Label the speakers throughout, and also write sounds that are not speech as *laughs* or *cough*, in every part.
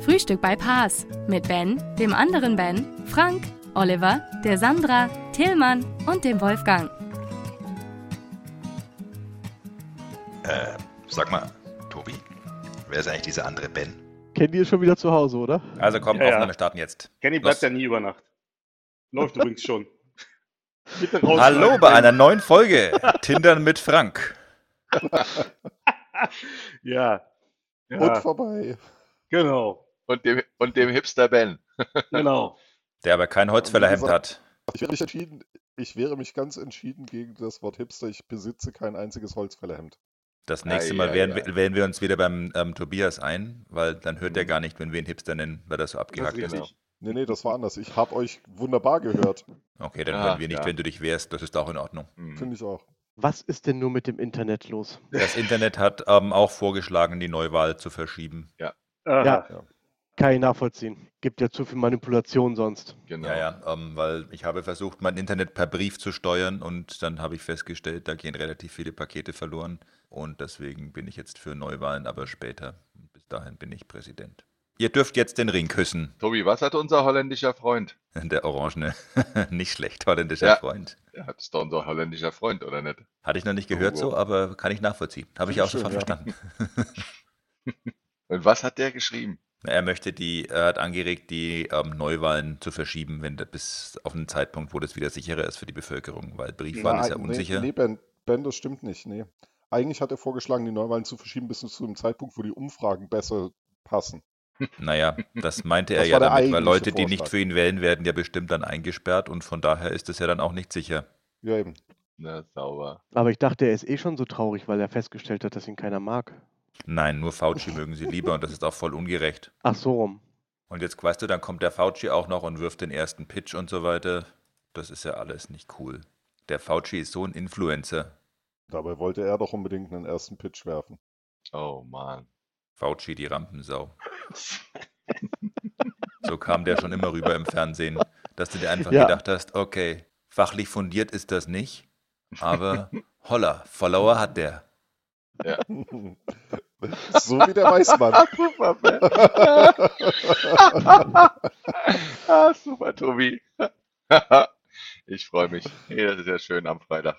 Speaker 1: Frühstück bei Paas mit Ben, dem anderen Ben, Frank, Oliver, der Sandra, Tillmann und dem Wolfgang.
Speaker 2: Äh, sag mal, Tobi, wer ist eigentlich dieser andere Ben?
Speaker 3: Candy ist schon wieder zu Hause, oder?
Speaker 4: Also komm,
Speaker 5: Ja, ja.
Speaker 4: Aufnahme starten jetzt.
Speaker 5: Kenny
Speaker 4: Los.
Speaker 5: bleibt ja nie über Nacht.
Speaker 6: *laughs*
Speaker 5: Läuft übrigens schon. Bitte raus-
Speaker 4: Hallo bei einer neuen Folge *laughs* Tindern mit Frank.
Speaker 5: Ja.
Speaker 3: Und
Speaker 5: ja
Speaker 3: vorbei.
Speaker 5: genau.
Speaker 7: Und dem, und dem Hipster Ben. *laughs*
Speaker 5: Genau.
Speaker 4: Der aber kein Holzfällerhemd hat.
Speaker 3: Ich wäre mich entschieden, ich wäre mich ganz entschieden gegen das Wort Hipster. Ich besitze kein einziges Holzfällerhemd.
Speaker 4: Das nächste
Speaker 7: Ei,
Speaker 4: Mal
Speaker 7: ei,
Speaker 4: wählen,
Speaker 7: ei.
Speaker 4: wählen wir uns wieder beim ähm, Tobias ein, weil dann hört er gar nicht, wenn wir ihn Hipster nennen, weil das so
Speaker 5: Mhm. Das
Speaker 4: abgehakt
Speaker 5: ist
Speaker 4: ist.
Speaker 5: richtig.
Speaker 3: Nee, nee, das war anders. Ich habe euch wunderbar gehört.
Speaker 4: Okay, dann
Speaker 7: Ah,
Speaker 4: hören wir nicht,
Speaker 7: ja.
Speaker 4: wenn du dich wehrst. Das ist auch
Speaker 5: *laughs*
Speaker 4: in Ordnung.
Speaker 3: Finde ich auch.
Speaker 6: Was ist denn nur mit dem Internet los?
Speaker 4: Das Internet hat ähm, auch vorgeschlagen, die Neuwahl zu verschieben.
Speaker 5: Aha.
Speaker 6: Ja. Kann ich nachvollziehen. Gibt ja zu viel Manipulation sonst.
Speaker 7: Genau.
Speaker 4: Ja, ja, ähm, weil ich habe versucht, mein Internet per Brief zu steuern und dann habe ich festgestellt, da gehen relativ viele Pakete verloren und deswegen bin ich jetzt für Neuwahlen, aber später. Bis dahin bin ich Präsident. Ihr dürft jetzt den Ring küssen, *laughs*
Speaker 7: Tobi, was hat unser holländischer Freund?
Speaker 4: der Orangene. *laughs* Nicht schlecht, holländischer
Speaker 7: Ja.
Speaker 4: Freund.
Speaker 7: Ja, das ist doch unser holländischer Freund, oder nicht?
Speaker 4: Hatte ich noch nicht gehört so, aber kann ich nachvollziehen. Habe ich auch
Speaker 3: Schön,
Speaker 4: sofort
Speaker 3: ja.
Speaker 4: verstanden. *laughs*
Speaker 7: Und was hat der geschrieben?
Speaker 4: Er möchte die, er hat angeregt, die ähm, Neuwahlen zu verschieben, wenn das bis auf einen Zeitpunkt, wo das wieder sicherer ist für die Bevölkerung, weil Briefwahl ist ja
Speaker 3: nee,
Speaker 4: unsicher.
Speaker 3: Nee, ben, ben, das stimmt nicht. Nee. Eigentlich hat er vorgeschlagen, die Neuwahlen zu verschieben bis zu dem Zeitpunkt, wo die Umfragen besser passen.
Speaker 4: Naja, das meinte er
Speaker 3: Das
Speaker 4: ja
Speaker 3: war der
Speaker 4: damit, weil
Speaker 3: eigentliche
Speaker 4: Leute, die nicht
Speaker 3: Vorschlag.
Speaker 4: für ihn wählen, werden ja bestimmt dann eingesperrt und von daher ist es ja dann auch nicht sicher.
Speaker 3: Ja, eben.
Speaker 7: Na, sauber.
Speaker 6: Aber ich dachte, er ist eh schon so traurig, weil er festgestellt hat, dass ihn keiner mag.
Speaker 4: Nein, nur Fauci mögen sie lieber und das ist auch voll ungerecht.
Speaker 6: Ach so rum.
Speaker 4: Und jetzt weißt du, dann kommt der Fauci auch noch und wirft den ersten Pitch und so weiter. Das ist ja alles nicht cool. Der Fauci ist so ein Influencer.
Speaker 3: Dabei wollte er doch unbedingt einen ersten Pitch werfen. *laughs*
Speaker 7: Oh
Speaker 5: *laughs*
Speaker 7: Mann.
Speaker 4: Fauci, die Rampensau. So kam der schon immer rüber im Fernsehen, dass du dir einfach
Speaker 6: Ja.
Speaker 4: gedacht hast, okay, fachlich fundiert ist das nicht, aber holla, Follower hat der.
Speaker 3: so wie der Weißmann.
Speaker 7: Super, Ben. ah, super, Tobi. *laughs* ich freue mich. Hey, das ist ja schön am Freitag.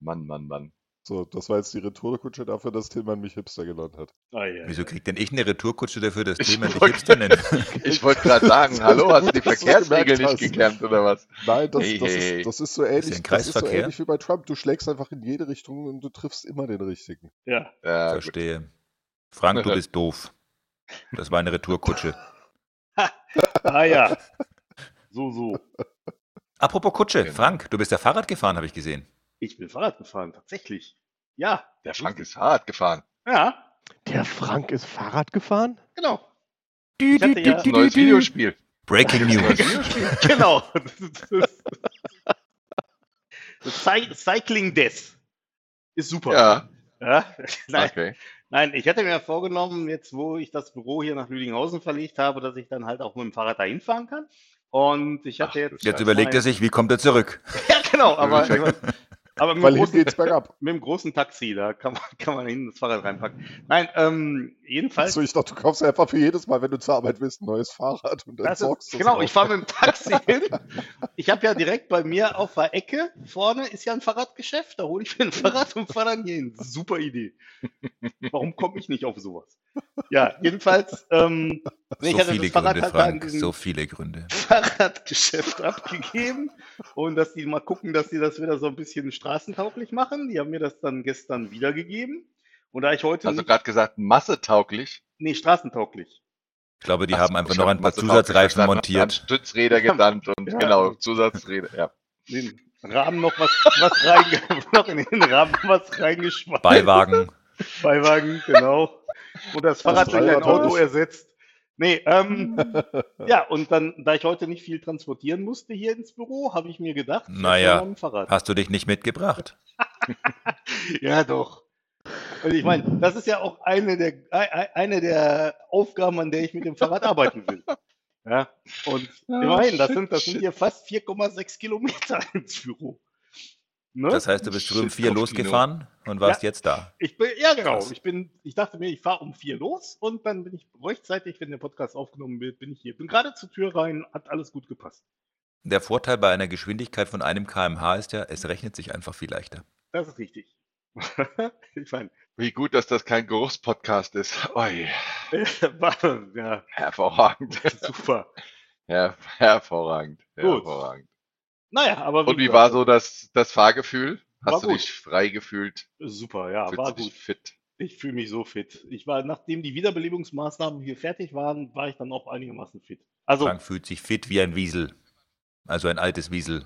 Speaker 7: Mann, Mann, Mann.
Speaker 3: So, das war jetzt die Retourkutsche dafür, dass Tillmann mich Hipster genannt hat.
Speaker 5: Ah, ja.
Speaker 4: Wieso kriegt denn ich eine Retourkutsche dafür, dass
Speaker 7: Ich
Speaker 4: Tillmann dich
Speaker 7: wollte-
Speaker 4: Hipster nennt?
Speaker 7: Ich wollte gerade
Speaker 5: *laughs*
Speaker 7: sagen, hallo, hast du die Verkehrsregeln nicht geklärt oder was?
Speaker 3: Nein, das,
Speaker 7: Hey,
Speaker 3: das,
Speaker 7: hey.
Speaker 3: Ist, das ist so ähnlich.
Speaker 4: ein
Speaker 3: Das ist so
Speaker 4: Kreisverkehr?
Speaker 3: ähnlich wie bei Trump. Du schlägst einfach in jede Richtung und du triffst immer den richtigen.
Speaker 5: ja.
Speaker 7: Ja, gut.
Speaker 4: Verstehe. Frank, du bist doof. Das war eine Retourkutsche.
Speaker 5: Ah ja. So, so.
Speaker 4: Apropos Kutsche,
Speaker 7: Genau.
Speaker 4: Frank, du bist ja Fahrrad gefahren, habe ich gesehen.
Speaker 5: Ich bin Fahrrad gefahren, tatsächlich. Ja.
Speaker 7: Der Frank ist hart gefahren.
Speaker 5: Ja,
Speaker 6: Der Frank ist Fahrrad gefahren?
Speaker 5: genau. Ich hatte ja.
Speaker 7: Ein neues Videospiel.
Speaker 4: Breaking News.
Speaker 5: genau. Das ist- das ist- Das Cy Cycling Death. Ist super.
Speaker 7: Ja,
Speaker 5: Ja? *laughs* Nein,
Speaker 7: okay.
Speaker 5: nein, ich hatte mir vorgenommen, jetzt wo ich das Büro hier nach Lüdinghausen verlegt habe, dass ich dann halt auch mit dem Fahrrad dahin fahren kann. Und ich
Speaker 7: Ach,
Speaker 5: hatte jetzt.
Speaker 4: Jetzt überlegt er sich, wie kommt er zurück?
Speaker 5: Ja, genau, aber, *laughs* aber mit,
Speaker 3: Weil
Speaker 5: dem
Speaker 3: hier
Speaker 5: großen,
Speaker 3: geht's bergab.
Speaker 5: mit dem großen Taxi, da kann man, kann man hinten das Fahrrad reinpacken. Nein, ähm, jedenfalls.
Speaker 3: So, ich dachte, du kaufst einfach für jedes Mal, wenn du zur Arbeit willst, ein neues Fahrrad und dann
Speaker 5: Das ist,
Speaker 3: sorgst du
Speaker 5: genau,
Speaker 3: drauf.
Speaker 5: ich fahre mit dem Taxi *laughs* hin. Ich habe ja direkt bei mir auf der Ecke vorne ist ja ein Fahrradgeschäft. Da hole ich mir ein Fahrrad und fahre dann hier hin. Super Idee. Warum komme ich nicht auf sowas? Ja, jedenfalls, ähm, nee,
Speaker 4: So
Speaker 5: ich hatte
Speaker 4: viele
Speaker 5: das Fahrrad
Speaker 4: Gründe,
Speaker 5: halt da in
Speaker 4: Frank.
Speaker 5: diesem
Speaker 4: So viele Gründe.
Speaker 5: Fahrradgeschäft abgegeben und dass die mal gucken, dass die das wieder so ein bisschen straßentauglich machen. Die haben mir das dann gestern wiedergegeben. Und da ich heute
Speaker 7: Hast du
Speaker 5: nicht,
Speaker 7: gerade gesagt, massetauglich?
Speaker 5: nee, straßentauglich.
Speaker 4: Ich glaube, die
Speaker 7: Ach so,
Speaker 4: haben einfach
Speaker 7: ich
Speaker 4: noch
Speaker 7: hab
Speaker 4: ein paar
Speaker 7: massetauglich
Speaker 4: Zusatzreifen
Speaker 7: verstanden, An
Speaker 4: montiert.
Speaker 7: Stützräder gedankt und
Speaker 5: Ja.
Speaker 7: genau, Zusatzräder. Ja.
Speaker 5: den Rahmen noch was, was rein, noch in den Rahmen was *laughs* reingeschmeißt.
Speaker 4: Beiwagen.
Speaker 5: Beiwagen, genau. Und das Fahrrad durch ein
Speaker 3: Dreirad
Speaker 5: Auto
Speaker 3: ist-
Speaker 5: ersetzt. Nee, ähm, ja, und dann, da ich heute nicht viel transportieren musste hier ins Büro, habe ich mir gedacht, ich hab mal
Speaker 4: Naja,
Speaker 5: ein Fahrrad.
Speaker 4: hast du dich nicht mitgebracht?
Speaker 5: *laughs* Ja, doch. Und ich meine, das ist ja auch eine der, e- e- eine der Aufgaben, an der ich mit dem Fahrrad arbeiten will. Ja, und
Speaker 7: Ah,
Speaker 5: immerhin, das
Speaker 7: shit,
Speaker 5: sind, das sind
Speaker 7: shit.
Speaker 5: hier fast 4,6 Kilometer *laughs* ins Büro. Ne?
Speaker 4: Das heißt, du bist früh um
Speaker 7: Shit,
Speaker 4: vier
Speaker 7: Kopfkino.
Speaker 4: losgefahren und warst
Speaker 5: Ja.
Speaker 4: jetzt da.
Speaker 5: Ich bin, ja genau,
Speaker 4: Krass.
Speaker 5: ich bin, ich dachte mir, ich fahre um vier los und dann bin ich rechtzeitig, wenn der Podcast aufgenommen wird, bin ich hier. Bin gerade zur Tür rein, hat alles gut gepasst.
Speaker 4: Der Vorteil bei einer Geschwindigkeit von einem km/h ist ja, es rechnet sich einfach viel leichter.
Speaker 5: Das ist richtig. ich meine,
Speaker 7: Wie gut, dass das kein Geruchspodcast ist. *laughs* Oi,
Speaker 5: *laughs* war- ja,
Speaker 7: hervorragend. *laughs*
Speaker 5: super.
Speaker 7: Her hervorragend.
Speaker 5: Gut.
Speaker 7: hervorragend.
Speaker 5: Naja, aber
Speaker 7: Und wie
Speaker 5: gesagt,
Speaker 7: war so das, das Fahrgefühl? Hast
Speaker 5: War
Speaker 7: du
Speaker 5: gut.
Speaker 7: dich frei gefühlt?
Speaker 5: Super, ja,
Speaker 7: Fühlst
Speaker 5: war
Speaker 7: du dich
Speaker 5: gut.
Speaker 7: fit?
Speaker 5: Ich fühle mich so fit. Ich war, nachdem die Wiederbelebungsmaßnahmen hier fertig waren, war ich dann auch einigermaßen fit. Also,
Speaker 4: Frank fühlt sich fit wie ein Wiesel. Also ein altes Wiesel.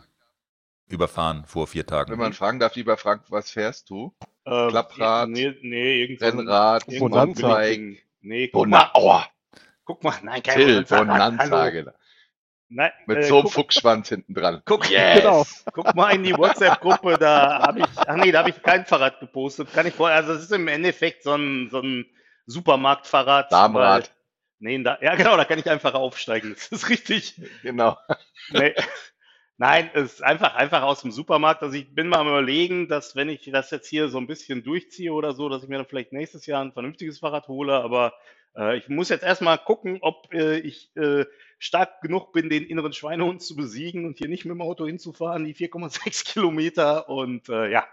Speaker 4: Überfahren vor vier Tagen.
Speaker 7: Wenn man fragen darf, lieber Frank, was fährst du?
Speaker 5: ähm,
Speaker 7: Klapprad,
Speaker 5: nee, nee, irgend so ein-
Speaker 7: Rennrad,
Speaker 5: irgend so ein
Speaker 6: Bonanza.
Speaker 7: Mountainbike,
Speaker 5: Ding. Nee, guck
Speaker 7: Bonanza.
Speaker 5: mal,
Speaker 7: Aua,
Speaker 5: guck mal, nein, kein
Speaker 7: Till,
Speaker 5: Bonanza.
Speaker 7: Bonanza.
Speaker 5: Hallo.
Speaker 7: genau.
Speaker 5: Nein,
Speaker 7: Mit
Speaker 5: äh,
Speaker 7: so einem
Speaker 5: guck-
Speaker 7: Fuchsschwanz hinten dran.
Speaker 5: Guck,
Speaker 7: Yes.
Speaker 5: genau. Guck mal in die WhatsApp-Gruppe, da habe ich, ach nee, da habe ich kein Fahrrad gepostet. Kann ich vorher, also es ist im Endeffekt so ein, so ein Supermarktfahrrad.
Speaker 7: Damenrad.
Speaker 5: weil- Nee, da, ja genau, da kann ich einfach aufsteigen. Das ist richtig.
Speaker 7: Genau.
Speaker 5: Nee. Nein, es ist einfach, einfach aus dem Supermarkt. Also ich bin mal am überlegen, dass wenn ich das jetzt hier so ein bisschen durchziehe oder so, dass ich mir dann vielleicht nächstes Jahr ein vernünftiges Fahrrad hole. Aber äh, ich muss jetzt erstmal gucken, ob äh, ich äh, stark genug bin, den inneren Schweinehund zu besiegen und hier nicht mit dem Auto hinzufahren, die 4,6 *laughs* Kilometer. Und äh, ja,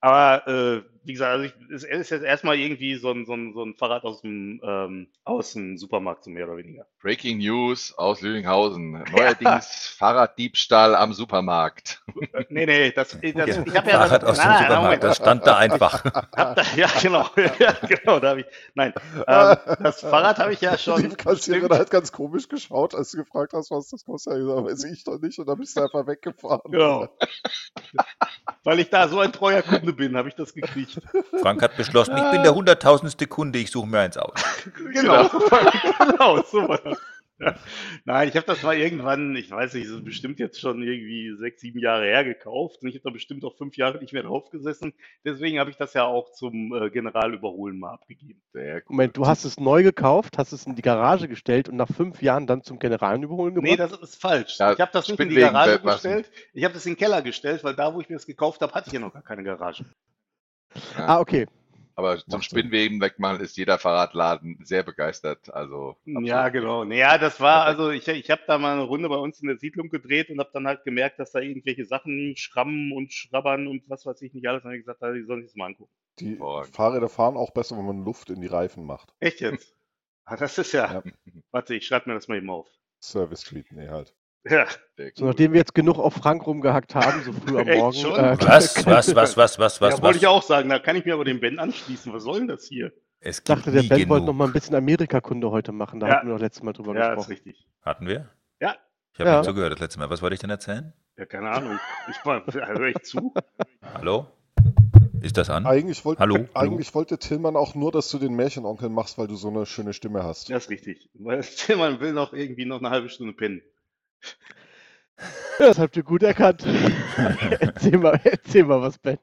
Speaker 5: aber äh, wie gesagt, also ich, es ist jetzt erstmal irgendwie so ein, so ein, so ein Fahrrad aus dem, ähm, aus dem Supermarkt, so mehr oder weniger.
Speaker 7: Breaking News aus Lüdinghausen.
Speaker 5: *laughs*
Speaker 7: Neuerdings Fahrraddiebstahl am Supermarkt.
Speaker 5: Nee, nee, das, *laughs* das ich habe ja dann,
Speaker 4: Fahrrad aus dem
Speaker 5: nein, nein, Moment.
Speaker 4: Supermarkt, das stand da einfach.
Speaker 5: Hab da, ja, genau. Ja, genau, da habe ich. Nein. Ähm,
Speaker 3: *laughs*
Speaker 5: das Fahrrad habe ich ja
Speaker 3: Die
Speaker 5: schon.
Speaker 3: Kassiererin
Speaker 5: stimmt.
Speaker 3: hat ganz komisch geschaut, als du gefragt hast, was das kostet. Er hat gesagt, weiß ich doch nicht. Und dann bist du einfach weggefahren.
Speaker 5: Genau. Weil ich da so ein treuer Kunde bin, habe ich das gekriegt. *laughs*
Speaker 4: Frank hat beschlossen, ich bin der hunderttausendste Kunde, ich suche mir eins aus.
Speaker 5: Genau. genau, so war das. *laughs* Ja. Nein, ich habe das mal irgendwann, ich weiß nicht, so bestimmt jetzt schon irgendwie sechs, sieben Jahre her gekauft und ich habe da bestimmt auch fünf Jahre nicht mehr drauf gesessen. Deswegen habe ich das ja auch zum äh, Generalüberholen mal abgegeben.
Speaker 7: Sehr gut.
Speaker 6: Moment, du hast es neu gekauft, hast es in die Garage gestellt und nach fünf Jahren dann zum Generalen überholen gebracht?
Speaker 5: Nee, das ist falsch.
Speaker 7: Ja,
Speaker 5: ich habe das nicht in die
Speaker 7: Spinnwegen
Speaker 5: Garage
Speaker 7: werden lassen.
Speaker 5: gestellt. Ich habe das in den Keller gestellt, weil da, wo ich mir das gekauft habe, hatte ich ja noch gar keine Garage.
Speaker 6: ah, okay.
Speaker 7: Aber zum
Speaker 3: Macht Sinn.
Speaker 7: Spinnweben wegmachen ist jeder Fahrradladen sehr begeistert. Also absolut.
Speaker 5: Ja, genau. Naja, das war, also ich, ich habe da mal eine Runde bei uns in der Siedlung gedreht und habe dann halt gemerkt, dass da irgendwelche Sachen schrammen und schrabbern und was weiß ich nicht alles. Und habe ich gesagt, die sollen sich das mal angucken.
Speaker 3: Die
Speaker 7: Hervorragend.
Speaker 3: Fahrräder fahren auch besser, wenn man Luft in die Reifen macht.
Speaker 5: Echt
Speaker 4: *laughs*
Speaker 5: jetzt? Ah, das ist ja.
Speaker 3: Ja.
Speaker 5: Warte, ich schreibe mir das mal eben auf.
Speaker 3: Service Street, nee, halt.
Speaker 5: Ja,
Speaker 7: Sehr
Speaker 6: So,
Speaker 7: gut.
Speaker 6: nachdem wir jetzt genug auf Frank rumgehackt haben, so früh am
Speaker 5: *laughs* Echt
Speaker 6: Morgen. äh,
Speaker 5: schon?
Speaker 4: Was, was, was, was, was, was,
Speaker 5: da wollte ich
Speaker 4: was?
Speaker 5: auch sagen, da kann ich mir aber den Ben anschließen. Was soll denn das hier?
Speaker 4: Es
Speaker 6: Ich dachte,
Speaker 4: gibt
Speaker 6: der
Speaker 4: nie
Speaker 6: Ben wollte noch
Speaker 4: genug.
Speaker 6: mal ein bisschen Amerikakunde heute machen. Da
Speaker 5: Ja.
Speaker 6: hatten wir doch letztes Mal drüber
Speaker 5: Ja, ist
Speaker 6: gesprochen.
Speaker 5: richtig.
Speaker 4: Hatten wir?
Speaker 5: Ja.
Speaker 4: Ich habe
Speaker 6: Ja.
Speaker 4: nicht zugehört das letzte Mal. Was wollte ich denn erzählen?
Speaker 5: Ja, keine Ahnung. Ich war, höre ich zu?
Speaker 4: Hallo? Ist das
Speaker 7: Hm?
Speaker 4: an?
Speaker 3: Eigentlich, wollt, äh,
Speaker 4: Hallo?
Speaker 3: eigentlich wollte Tillmann auch nur, dass du den Märchenonkel machst, weil du so eine schöne Stimme hast.
Speaker 5: Das ist richtig. Weil *laughs* man will noch irgendwie noch eine halbe Stunde pennen.
Speaker 6: Ja, das habt ihr gut erkannt.
Speaker 4: *laughs*
Speaker 6: erzähl, mal, erzähl mal was, Ben.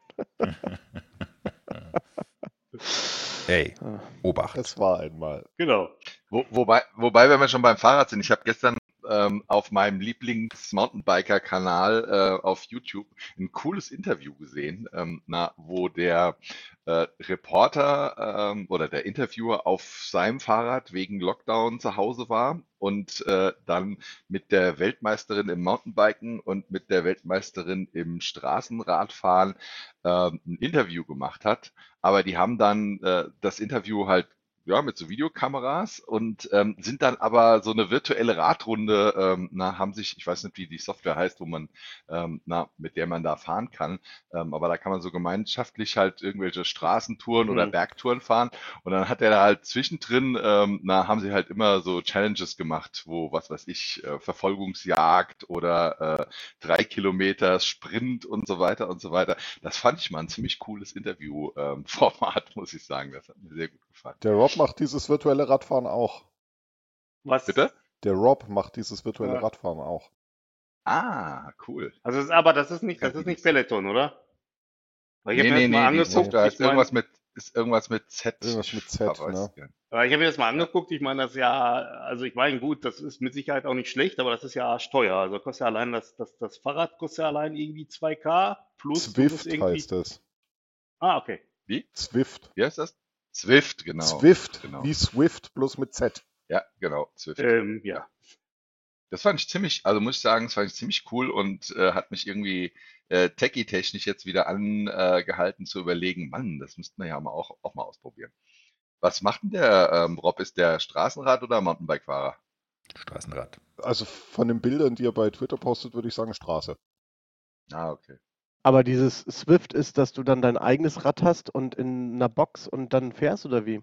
Speaker 4: Hey,
Speaker 6: Ah.
Speaker 4: Obacht.
Speaker 3: Es war einmal.
Speaker 5: Genau.
Speaker 7: Wo, wobei, wobei, wenn wir schon beim Fahrrad sind, ich habe gestern ähm, auf meinem Lieblings-Mountainbiker-Kanal äh, auf YouTube ein cooles Interview gesehen, ähm, na, wo der äh, Reporter ähm, oder der Interviewer auf seinem Fahrrad wegen Lockdown zu Hause war und äh, dann mit der Weltmeisterin im Mountainbiken und mit der Weltmeisterin im Straßenradfahren ähm, ein Interview gemacht hat. Aber die haben dann äh, das Interview halt ja, mit so Videokameras und ähm, sind dann aber so eine virtuelle Radrunde, ähm, na, haben sich, ich weiß nicht, wie die Software heißt, wo man, ähm, na, mit der man da fahren kann, ähm, aber da kann man so gemeinschaftlich halt irgendwelche Straßentouren oder
Speaker 5: Mhm.
Speaker 7: Bergtouren fahren und dann hat er da halt zwischendrin, ähm, na, haben sie halt immer so Challenges gemacht, wo, was weiß ich, äh, Verfolgungsjagd oder äh, drei Kilometer Sprint und so weiter und so weiter. Das fand ich mal ein ziemlich cooles ähm, *laughs* Interview-Format, muss ich sagen. Das hat mir sehr gut gefallen.
Speaker 3: Der Rob macht dieses virtuelle Radfahren auch.
Speaker 5: Was?
Speaker 7: Bitte?
Speaker 3: Der Rob macht dieses virtuelle
Speaker 5: Ja.
Speaker 3: Radfahren auch.
Speaker 7: Ah, cool.
Speaker 5: Also, es- aber das ist nicht, das ist nicht Peloton, oder? Weil ich habe mir das mal
Speaker 7: die ist
Speaker 5: angeguckt.
Speaker 7: nicht da
Speaker 5: ich
Speaker 7: ist,
Speaker 5: mein-
Speaker 7: irgendwas mit, ist irgendwas mit Z.
Speaker 3: Irgendwas mit Z,
Speaker 7: Aber
Speaker 3: ne?
Speaker 7: ist-
Speaker 5: Aber ich habe mir das mal angeguckt, ich meine, das ist ja, also ich meine, gut, das ist mit Sicherheit auch nicht schlecht, aber das ist ja arschteuer. Also kostet ja allein das, das, das Fahrrad kostet ja allein irgendwie 2K plus du musst
Speaker 3: Zwift
Speaker 5: irgendwie.
Speaker 3: heißt es.
Speaker 5: Ah, okay.
Speaker 3: Zwift.
Speaker 7: Wie heißt das? Zwift, genau.
Speaker 3: Zwift.
Speaker 7: Genau.
Speaker 3: Wie Swift, bloß mit Z.
Speaker 7: Ja, genau, Zwift.
Speaker 5: Ähm, ja.
Speaker 7: Das fand ich ziemlich, also muss ich sagen, das fand ich ziemlich cool und äh, hat mich irgendwie äh, techie-technisch jetzt wieder angehalten zu überlegen, Mann, das müssten wir ja mal auch, auch mal ausprobieren. Was macht denn der ähm, Rob? Ist der Straßenrad- oder Mountainbike-Fahrer?
Speaker 4: Straßenrad.
Speaker 3: Also von den Bildern, die er bei Twitter postet, würde ich sagen Straße.
Speaker 7: Ah, okay.
Speaker 6: Aber dieses Swift ist, dass du dann dein eigenes Rad hast und in einer Box und dann fährst oder wie?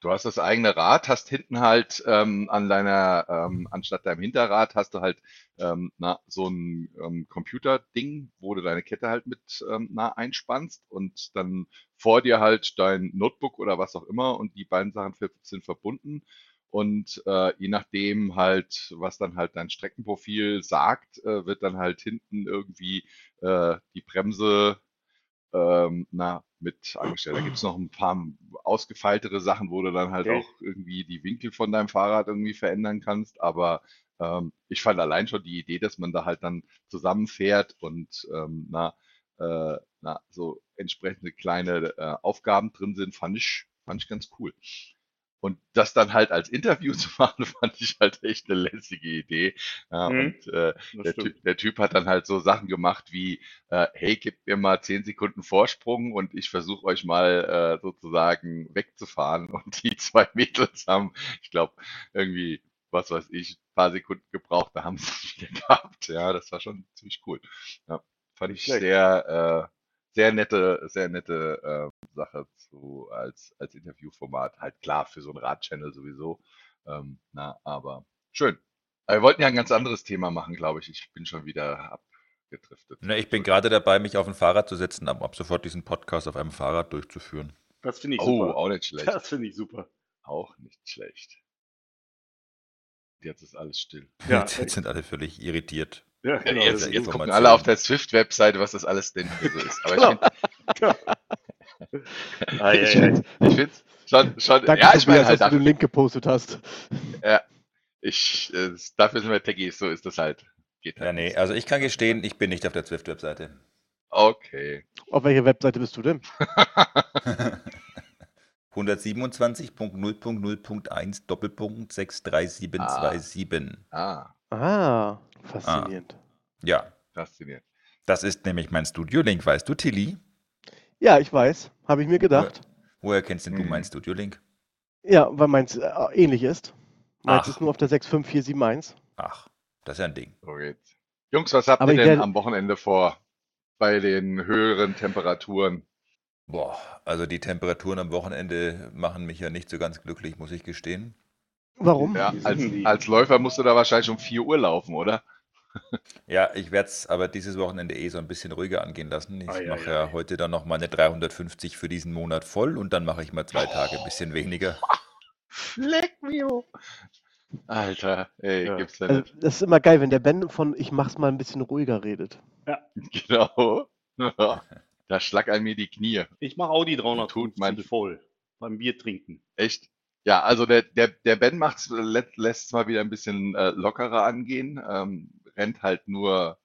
Speaker 7: Du hast das eigene Rad, hast hinten halt ähm, an deiner, ähm, anstatt deinem Hinterrad hast du halt ähm, na, so ein ähm, Computerding, wo du deine Kette halt mit ähm, na, einspannst und dann vor dir halt dein Notebook oder was auch immer und die beiden Sachen ver- sind verbunden. Und äh, je nachdem halt, was dann halt dein Streckenprofil sagt, äh, wird dann halt hinten irgendwie äh, die Bremse ähm, na, mit angestellt. Da gibt's noch ein paar ausgefeiltere Sachen, wo du dann halt
Speaker 5: Okay.
Speaker 7: auch irgendwie die Winkel von deinem Fahrrad irgendwie verändern kannst. Aber ähm, ich fand allein schon die Idee, dass man da halt dann zusammenfährt und ähm, na, äh, na, so entsprechende kleine äh, Aufgaben drin sind, fand ich, fand ich ganz cool. Und das dann halt als Interview *laughs* zu machen, fand ich halt echt eine lässige Idee. Ja,
Speaker 5: Mhm.
Speaker 7: Und äh,
Speaker 5: Das
Speaker 7: der
Speaker 5: stimmt.
Speaker 7: typ, der typ hat dann halt so Sachen gemacht wie, äh, hey, gebt mir mal 10 Sekunden Vorsprung und ich versuche euch mal äh, sozusagen wegzufahren. *laughs* Und die zwei Mädels haben, ich glaube, irgendwie, was weiß ich, ein paar Sekunden gebraucht, da haben sie es wieder *laughs* gehabt. Ja, das war schon ziemlich cool. Ja, fand ich
Speaker 5: Nicht schlecht.
Speaker 7: sehr, äh, sehr nette, sehr nette äh, Sache zu, als, als Interviewformat. Halt klar, für so einen Radchannel sowieso. Ähm, na, aber schön. Aber wir wollten ja ein ganz anderes Thema machen, glaube ich. Ich bin schon wieder abgedriftet.
Speaker 4: Na, ich bin gerade dabei, mich auf ein Fahrrad zu setzen, ab, ab sofort diesen Podcast auf einem Fahrrad durchzuführen.
Speaker 5: Das finde ich *laughs*
Speaker 7: Oh,
Speaker 5: super.
Speaker 7: auch nicht schlecht.
Speaker 5: Das finde ich super.
Speaker 7: Auch nicht schlecht. Jetzt ist alles still.
Speaker 5: Ja,
Speaker 4: *laughs* jetzt, jetzt sind alle völlig irritiert.
Speaker 5: Ja,
Speaker 7: Ja,
Speaker 5: genau.
Speaker 7: jetzt,
Speaker 4: das ist
Speaker 7: jetzt gucken
Speaker 4: Information.
Speaker 7: alle auf der Swift-Webseite, was das alles denn hier so ist. Aber ich finde
Speaker 5: Ah, ja,
Speaker 7: *laughs* ich
Speaker 5: ja.
Speaker 7: find, ich find's schon, schon
Speaker 6: Danke,
Speaker 7: ja, ich meine
Speaker 6: Tobias, dass
Speaker 7: halt,
Speaker 6: du den
Speaker 7: dafür,
Speaker 6: Link gepostet hast.
Speaker 7: ja, ich, äh, dafür sind wir Techies, so ist das halt. Geht halt
Speaker 4: Ja, nee,
Speaker 7: nicht.
Speaker 4: also ich kann gestehen, ich bin nicht auf
Speaker 5: *laughs*
Speaker 4: der Zwift-Webseite.
Speaker 7: Okay.
Speaker 6: Auf welcher Webseite bist du denn?
Speaker 4: 127.0.0.1 Doppelpunkt 63727.
Speaker 7: Ah,
Speaker 6: Ah, faszinierend.
Speaker 5: Ah.
Speaker 4: Ja,
Speaker 7: faszinierend.
Speaker 4: das ist nämlich mein Studio-Link, weißt du, Tilly?
Speaker 6: Ja, ich weiß. Habe ich mir gedacht.
Speaker 4: Woher kennst denn du
Speaker 7: Hm.
Speaker 4: meinen Studio-Link?
Speaker 6: Ja, weil meins äh, ähnlich ist. Meins
Speaker 4: Ach.
Speaker 6: ist nur auf der 65471.
Speaker 4: Ach, das ist ja ein Ding.
Speaker 7: So geht's. Jungs, was habt
Speaker 6: Aber
Speaker 7: ihr
Speaker 6: ich
Speaker 7: denn
Speaker 6: werd-
Speaker 7: am Wochenende vor? Bei den höheren Temperaturen?
Speaker 4: Boah, also die Temperaturen am Wochenende machen mich ja nicht so ganz glücklich, muss ich gestehen.
Speaker 6: Warum?
Speaker 7: Ja,
Speaker 5: Wie sind
Speaker 7: als,
Speaker 5: die?
Speaker 7: als Läufer musst du da wahrscheinlich um 4 Uhr laufen, oder?
Speaker 4: Ja, ich werde es aber dieses Wochenende eh so ein bisschen ruhiger angehen lassen. Ich
Speaker 5: Ei,
Speaker 4: mache
Speaker 5: ei,
Speaker 4: ja
Speaker 5: ei.
Speaker 4: heute dann noch meine 350 für diesen Monat voll und dann mache ich mal
Speaker 5: Oh.
Speaker 4: zwei Tage ein bisschen weniger.
Speaker 7: Leck mich hoch. Alter, ey,
Speaker 5: Ja.
Speaker 7: gibt's da
Speaker 6: Also,
Speaker 7: nicht.
Speaker 6: das ist immer geil, wenn der Ben von ich mach's mal ein bisschen ruhiger redet.
Speaker 7: *laughs* Genau. da schlag an mir die Knie.
Speaker 5: Ich mache Audi
Speaker 7: Tut mein-
Speaker 5: 350 voll beim Bier trinken.
Speaker 7: Echt? Ja, also der, der, der Ben macht's, lässt lässt's mal wieder ein bisschen äh, lockerer angehen, ähm, rennt halt nur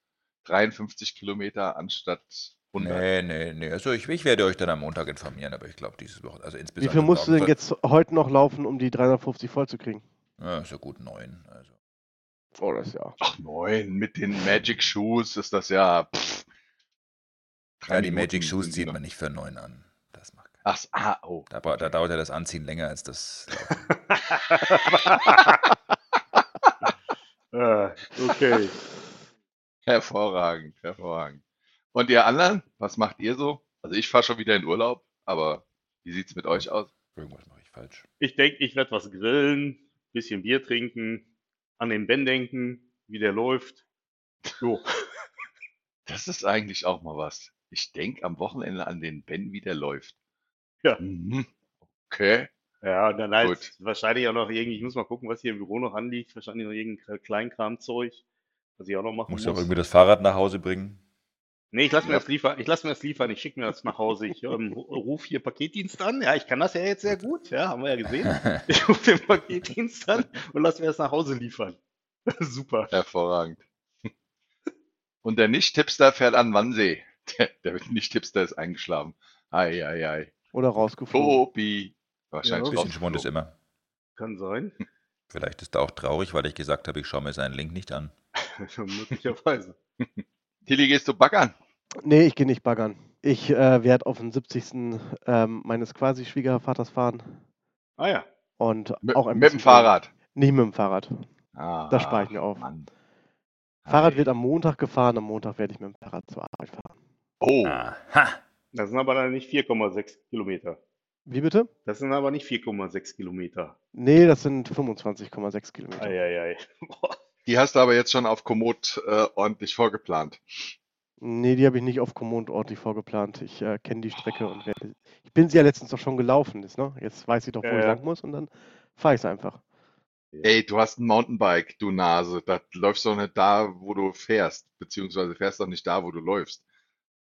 Speaker 7: 53 Kilometer anstatt 100.
Speaker 4: Nee, nee, nee. Also ich, ich werde euch dann am Montag informieren, aber ich glaube dieses Wochenende, also
Speaker 6: Wie
Speaker 4: insbesondere.
Speaker 6: viel musst du denn
Speaker 4: morgen-
Speaker 6: jetzt heute noch laufen, um die 350 vollzukriegen?
Speaker 4: Ja, so gut neun. Also.
Speaker 6: Oh, das ist ja.
Speaker 7: Ach neun, mit den Magic Shoes ist das ja. Pff, drei
Speaker 4: Ja, die
Speaker 7: Minuten
Speaker 4: Magic Shoes
Speaker 7: sind die
Speaker 4: zieht
Speaker 7: noch.
Speaker 4: man nicht für neun an. Das macht keinen.
Speaker 7: Ach, s- ah, oh.
Speaker 4: Da, bra- da dauert ja das Anziehen länger als das. Laufen.
Speaker 5: Äh, okay.
Speaker 7: Hervorragend, hervorragend. Und ihr anderen, was macht ihr so? Also ich fahre schon wieder in Urlaub, aber wie sieht's mit euch aus?
Speaker 4: Irgendwas mache ich falsch.
Speaker 5: Ich denke, ich werde was grillen, bisschen Bier trinken, an den Ben denken, wie der läuft. Jo.
Speaker 7: Das ist eigentlich auch mal was. Ich denk am Wochenende an den Ben, wie der läuft.
Speaker 5: Ja.
Speaker 7: Mhm. Okay.
Speaker 5: Ja, und dann halt wahrscheinlich auch noch irgendwie, ich muss mal gucken, was hier im Büro noch anliegt, wahrscheinlich noch irgendein Kleinkramzeug, was ich auch noch machen
Speaker 4: Muss
Speaker 5: muss.
Speaker 4: ja auch irgendwie das Fahrrad nach Hause bringen.
Speaker 5: Nee, ich lasse mir das liefern, ich lasse mir das liefern, ich schicke mir das nach Hause. Ich ähm, rufe hier Paketdienst an. Ja, ich kann das ja jetzt sehr gut, ja, haben wir ja
Speaker 4: *laughs*
Speaker 5: gesehen. Ich rufe den Paketdienst an und lasse mir das nach Hause liefern. Super.
Speaker 7: Hervorragend. Und der Nicht-Tipster fährt an Wannsee. Der, der Nicht-Tipster ist eingeschlafen. Ei, ei, ei.
Speaker 6: Oder rausgeflogen.
Speaker 7: Tobi. Wahrscheinlich
Speaker 4: ein bisschen Schwund ist immer.
Speaker 5: Kann sein. *laughs*
Speaker 4: Vielleicht ist er auch traurig, weil ich gesagt habe, ich schaue mir seinen Link nicht an.
Speaker 5: Möglicherweise.
Speaker 7: Tilly, gehst du backern?
Speaker 6: Nee, ich gehe nicht baggern. Ich äh, werde auf den 70. Ähm, meines quasi Schwiegervaters fahren.
Speaker 5: Ah ja.
Speaker 6: Und
Speaker 7: Mit-
Speaker 6: auch ein
Speaker 7: mit dem
Speaker 6: bisschen-
Speaker 7: Fahrrad?
Speaker 6: Nicht mit dem Fahrrad.
Speaker 7: Ah,
Speaker 6: das spare ich mir auf.
Speaker 7: Mann.
Speaker 6: Fahrrad wird am Montag gefahren, am Montag werde ich mit dem Fahrrad zur Arbeit fahren.
Speaker 7: Oh.
Speaker 5: Das sind aber dann nicht 4,6 Kilometer.
Speaker 6: Wie bitte?
Speaker 5: Das sind aber nicht 4,6 Kilometer.
Speaker 6: Nee, das sind 25,6 Kilometer.
Speaker 5: Eieiei.
Speaker 7: Die hast du aber jetzt schon auf Komoot äh, ordentlich vorgeplant.
Speaker 6: Nee, die habe ich nicht auf Komoot ordentlich vorgeplant. Ich äh, kenne die Strecke und werde. Ich bin sie ja letztens doch schon gelaufen, ist, ne? Jetzt weiß ich doch, wo
Speaker 7: Ja,
Speaker 6: ich
Speaker 7: ja.
Speaker 6: lang muss und dann fahre ich es einfach.
Speaker 7: Ey, du hast ein Mountainbike, du Nase. Da läufst du doch nicht da, wo du fährst. Beziehungsweise fährst doch nicht da, wo du läufst.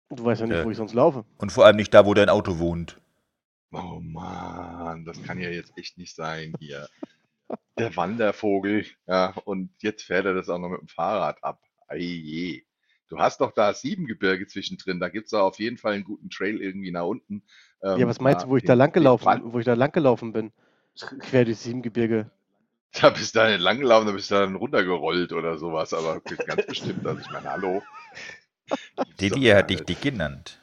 Speaker 6: Du weißt ja nicht, wo ich sonst laufe.
Speaker 4: Und vor allem nicht da, wo dein Auto wohnt.
Speaker 7: Oh Mann, das kann ja
Speaker 6: Hm.
Speaker 7: jetzt echt nicht sein hier. Der Wandervogel, ja, und jetzt fährt er das auch noch mit dem Fahrrad ab. Ei je. Du hast doch da Siebengebirge zwischendrin, da gibt's doch auf jeden Fall einen guten Trail irgendwie nach unten. Ähm, ah,
Speaker 6: ja, was meinst du, wo ich da lang gelaufen, wo ich da lang gelaufen bin? Quer durchs Siebengebirge.
Speaker 7: Da bist du da nicht langgelaufen, da bist du dann runtergerollt oder sowas, aber ganz bestimmt. Also ich
Speaker 4: *laughs*
Speaker 7: meine, hallo.
Speaker 4: Didi hat
Speaker 7: halt
Speaker 4: dich dick genannt.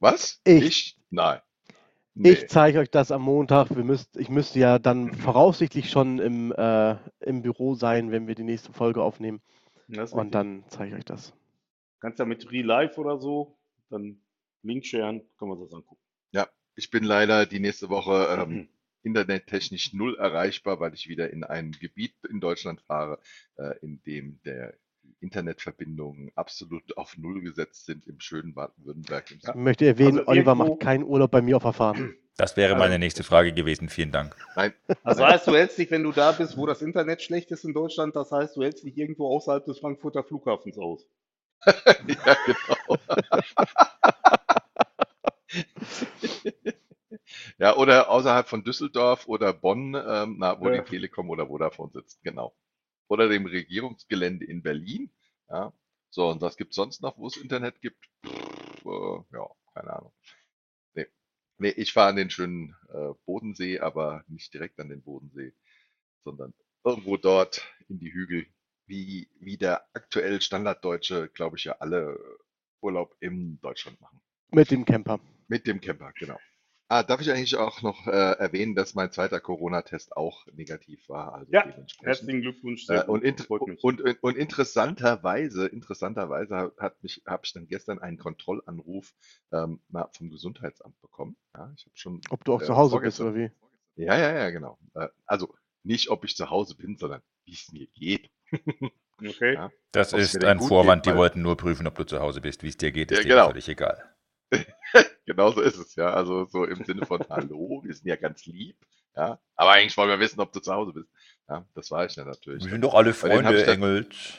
Speaker 7: Was?
Speaker 6: Ich?
Speaker 7: Nein.
Speaker 6: Ich zeige euch das am Montag. Wir müsst, ich müsste ja dann voraussichtlich schon im, äh, im Büro sein, wenn wir die nächste Folge aufnehmen.
Speaker 5: Das ist
Speaker 6: Und
Speaker 5: richtig.
Speaker 6: dann zeige ich euch das.
Speaker 5: Kannst ja mit Relive oder so, dann Link sharen, können wir uns das angucken. Hm.
Speaker 7: Ja, ich bin leider die nächste Woche
Speaker 6: Mhm.
Speaker 7: ähm, internettechnisch null erreichbar, weil ich wieder in ein Gebiet in Deutschland fahre, äh, in dem der Internetverbindungen absolut auf Null gesetzt sind im schönen Baden-Württemberg. im
Speaker 6: Ich
Speaker 7: Süden.
Speaker 6: möchte erwähnen,
Speaker 7: Also
Speaker 6: Oliver macht keinen Urlaub bei mir auf der
Speaker 7: *clears throat*
Speaker 6: Farm.
Speaker 4: Das wäre
Speaker 6: Also-
Speaker 4: meine nächste Frage gewesen. Vielen Dank.
Speaker 7: Nein.
Speaker 5: Also heißt, du hältst dich, wenn du da bist, wo das Internet schlecht ist in Deutschland, das heißt, du hältst dich irgendwo außerhalb des Frankfurter Flughafens aus.
Speaker 7: ja, genau. *laughs* Ja, oder außerhalb von Düsseldorf oder Bonn, ähm, na, wo
Speaker 5: Ja.
Speaker 7: die Telekom oder Vodafone sitzt, genau. Oder dem Regierungsgelände in Berlin. Ja. So, und was gibt's sonst noch, wo es Internet gibt? Pff, äh, ja, keine Ahnung. Nee, nee ich fahre an den schönen äh, Bodensee, aber nicht direkt an den Bodensee, sondern irgendwo dort in die Hügel, wie, wie der aktuell Standarddeutsche, glaube ich, ja alle Urlaub in Deutschland machen.
Speaker 6: Mit dem Camper.
Speaker 7: Mit dem Camper, genau. Ah, darf ich eigentlich auch noch äh, erwähnen, dass mein zweiter Corona-Test auch negativ war? Also
Speaker 5: Ja,
Speaker 7: dementsprechend.
Speaker 5: herzlichen Glückwunsch.
Speaker 7: Äh,
Speaker 5: sehr
Speaker 7: und,
Speaker 5: gut,
Speaker 7: int
Speaker 5: freut
Speaker 7: und, und, und interessanterweise, interessanterweise hat- hat mich, habe ich dann gestern einen Kontrollanruf ähm, na, vom Gesundheitsamt bekommen. Ja, ich habe schon.
Speaker 6: Ob du auch
Speaker 7: äh,
Speaker 6: zu Hause bist
Speaker 7: vorgestern-
Speaker 6: oder wie?
Speaker 7: Ja, ja, ja, genau. Äh, also nicht, ob ich zu Hause bin, sondern wie es mir geht.
Speaker 5: Okay.
Speaker 7: Ja,
Speaker 4: Das
Speaker 7: ob es mir
Speaker 4: ist
Speaker 7: denn
Speaker 4: ein
Speaker 7: gut
Speaker 4: Vorwand.
Speaker 7: geht,
Speaker 4: Die
Speaker 7: weil-
Speaker 4: wollten nur prüfen, ob du zu Hause bist. Wie es dir geht, ist
Speaker 7: Ja,
Speaker 4: dir
Speaker 7: genau.
Speaker 4: völlig egal.
Speaker 7: *laughs* Genau so ist es, ja. Also so im Sinne von Hallo, wir sind ja ganz lieb, ja. Aber eigentlich wollen wir wissen, ob du zu Hause bist. Ja, das war ich ja natürlich.
Speaker 4: Wir sind doch alle
Speaker 7: Bei denen hab ich
Speaker 4: Freunde,
Speaker 7: dann-
Speaker 4: Engels.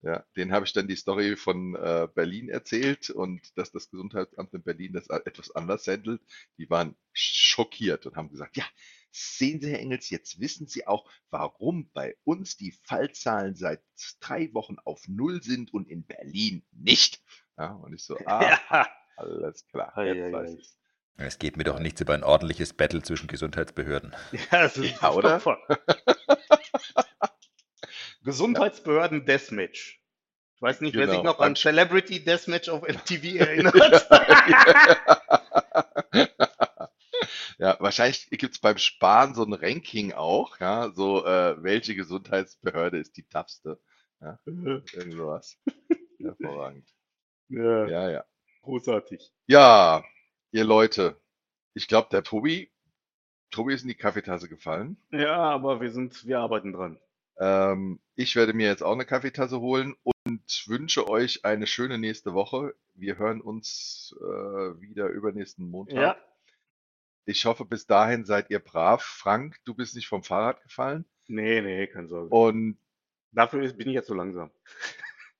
Speaker 7: Ja, den habe ich dann die Story von äh, Berlin erzählt und dass das Gesundheitsamt in Berlin das a- etwas anders handelt. Die waren schockiert und haben gesagt, ja, sehen Sie, Herr Engels, jetzt wissen Sie auch, warum bei uns die Fallzahlen seit drei Wochen auf Null sind und in Berlin nicht. Ja, und ich so, ah, alles klar, jetzt weiß ich.
Speaker 4: Es geht mir doch nichts über ein ordentliches Battle zwischen Gesundheitsbehörden.
Speaker 5: Ja, das ist
Speaker 7: Ja, oder?
Speaker 5: Opfer. *laughs* Gesundheitsbehörden Deathmatch. Ich weiß nicht, wer
Speaker 7: Genau.
Speaker 5: sich noch an Celebrity Deathmatch auf *laughs* MTV erinnert.
Speaker 7: Ja, wahrscheinlich gibt's beim Sparen so ein Ranking auch, ja, so äh, welche Gesundheitsbehörde ist die toughste. Ja, irgend sowas. Hervorragend.
Speaker 5: Ja,
Speaker 7: ja, ja.
Speaker 5: Großartig.
Speaker 7: Ja, ihr Leute, ich glaube, der Tobi, Tobi ist in die Kaffeetasse gefallen.
Speaker 5: Ja, aber wir sind, wir arbeiten dran.
Speaker 7: Ähm, ich werde mir jetzt auch eine Kaffeetasse holen und wünsche euch eine schöne nächste Woche. Wir hören uns äh, wieder übernächsten Montag.
Speaker 5: Ja.
Speaker 7: Ich hoffe, bis dahin seid ihr brav. Frank, du bist nicht vom Fahrrad gefallen.
Speaker 6: Nee, nee, keine Sorge. *laughs*
Speaker 7: Und
Speaker 6: Dafür ist- bin ich jetzt so langsam.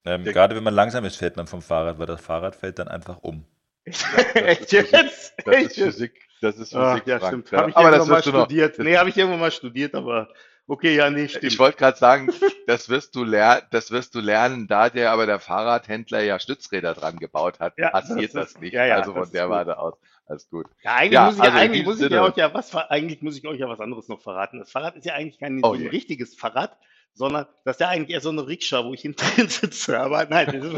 Speaker 4: Ähm,
Speaker 6: Der-
Speaker 4: gerade wenn man langsam ist, fällt man vom Fahrrad, weil das Fahrrad fällt dann einfach um.
Speaker 6: Echt
Speaker 7: ist Physik.
Speaker 6: jetzt?
Speaker 7: das
Speaker 6: Echt
Speaker 7: ist Physik. Das ist
Speaker 6: Ach,
Speaker 7: Physik,
Speaker 6: ja,
Speaker 7: Frank.
Speaker 6: stimmt.
Speaker 7: Ja,
Speaker 6: Habe ich
Speaker 7: aber
Speaker 6: irgendwann
Speaker 7: das
Speaker 6: mal
Speaker 7: wirst du noch.
Speaker 6: studiert. Nee, habe ich irgendwann mal studiert, aber okay, ja, nee, stimmt.
Speaker 7: Ich wollte gerade sagen,
Speaker 6: *laughs*
Speaker 7: das wirst du lernen, das wirst du lernen, da der aber der Fahrradhändler ja Stützräder dran gebaut hat,
Speaker 6: Ja,
Speaker 7: passiert
Speaker 6: das
Speaker 7: das,
Speaker 6: ist-
Speaker 7: nicht.
Speaker 6: ja, ja,
Speaker 7: also
Speaker 6: das
Speaker 7: von
Speaker 6: ist
Speaker 7: der
Speaker 6: gut.
Speaker 7: Warte aus. Alles gut.
Speaker 6: ja, eigentlich
Speaker 7: Ja,
Speaker 6: muss ich, ja,
Speaker 7: also in
Speaker 6: eigentlich
Speaker 7: diesem
Speaker 6: muss ich ja
Speaker 7: Sinne.
Speaker 6: euch ja was, ver- eigentlich muss ich euch ja was anderes noch verraten. Das Fahrrad ist ja eigentlich kein
Speaker 7: Oh
Speaker 6: so ein
Speaker 7: je.
Speaker 6: richtiges Fahrrad, sondern das ist ja eigentlich eher so eine Rikscha, wo ich *laughs* hinten drin sitze. Aber nein, das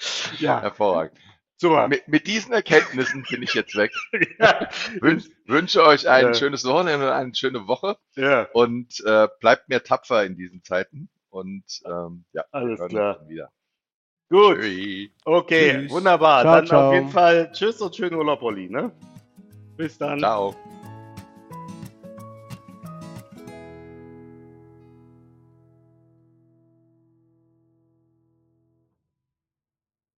Speaker 6: ist, ja,
Speaker 7: *laughs* Hervorragend.
Speaker 6: super.
Speaker 7: Mit, mit diesen Erkenntnissen bin ich jetzt weg.
Speaker 6: *laughs* Ja,
Speaker 7: Wün, wünsche euch ein
Speaker 6: Ja.
Speaker 7: schönes Wochenende und eine schöne Woche
Speaker 6: ja,
Speaker 7: und äh, bleibt mir tapfer in diesen Zeiten. Und ähm, ja,
Speaker 6: alles
Speaker 7: hören uns
Speaker 6: klar.
Speaker 7: dann wieder.
Speaker 6: Gut,
Speaker 7: Tschüss.
Speaker 6: okay,
Speaker 4: Tschüss.
Speaker 6: wunderbar.
Speaker 8: Ciao,
Speaker 6: Dann
Speaker 8: ciao.
Speaker 6: auf jeden Fall Tschüss und schönen Urlaub, Olli. Ne? Bis dann.
Speaker 7: Ciao.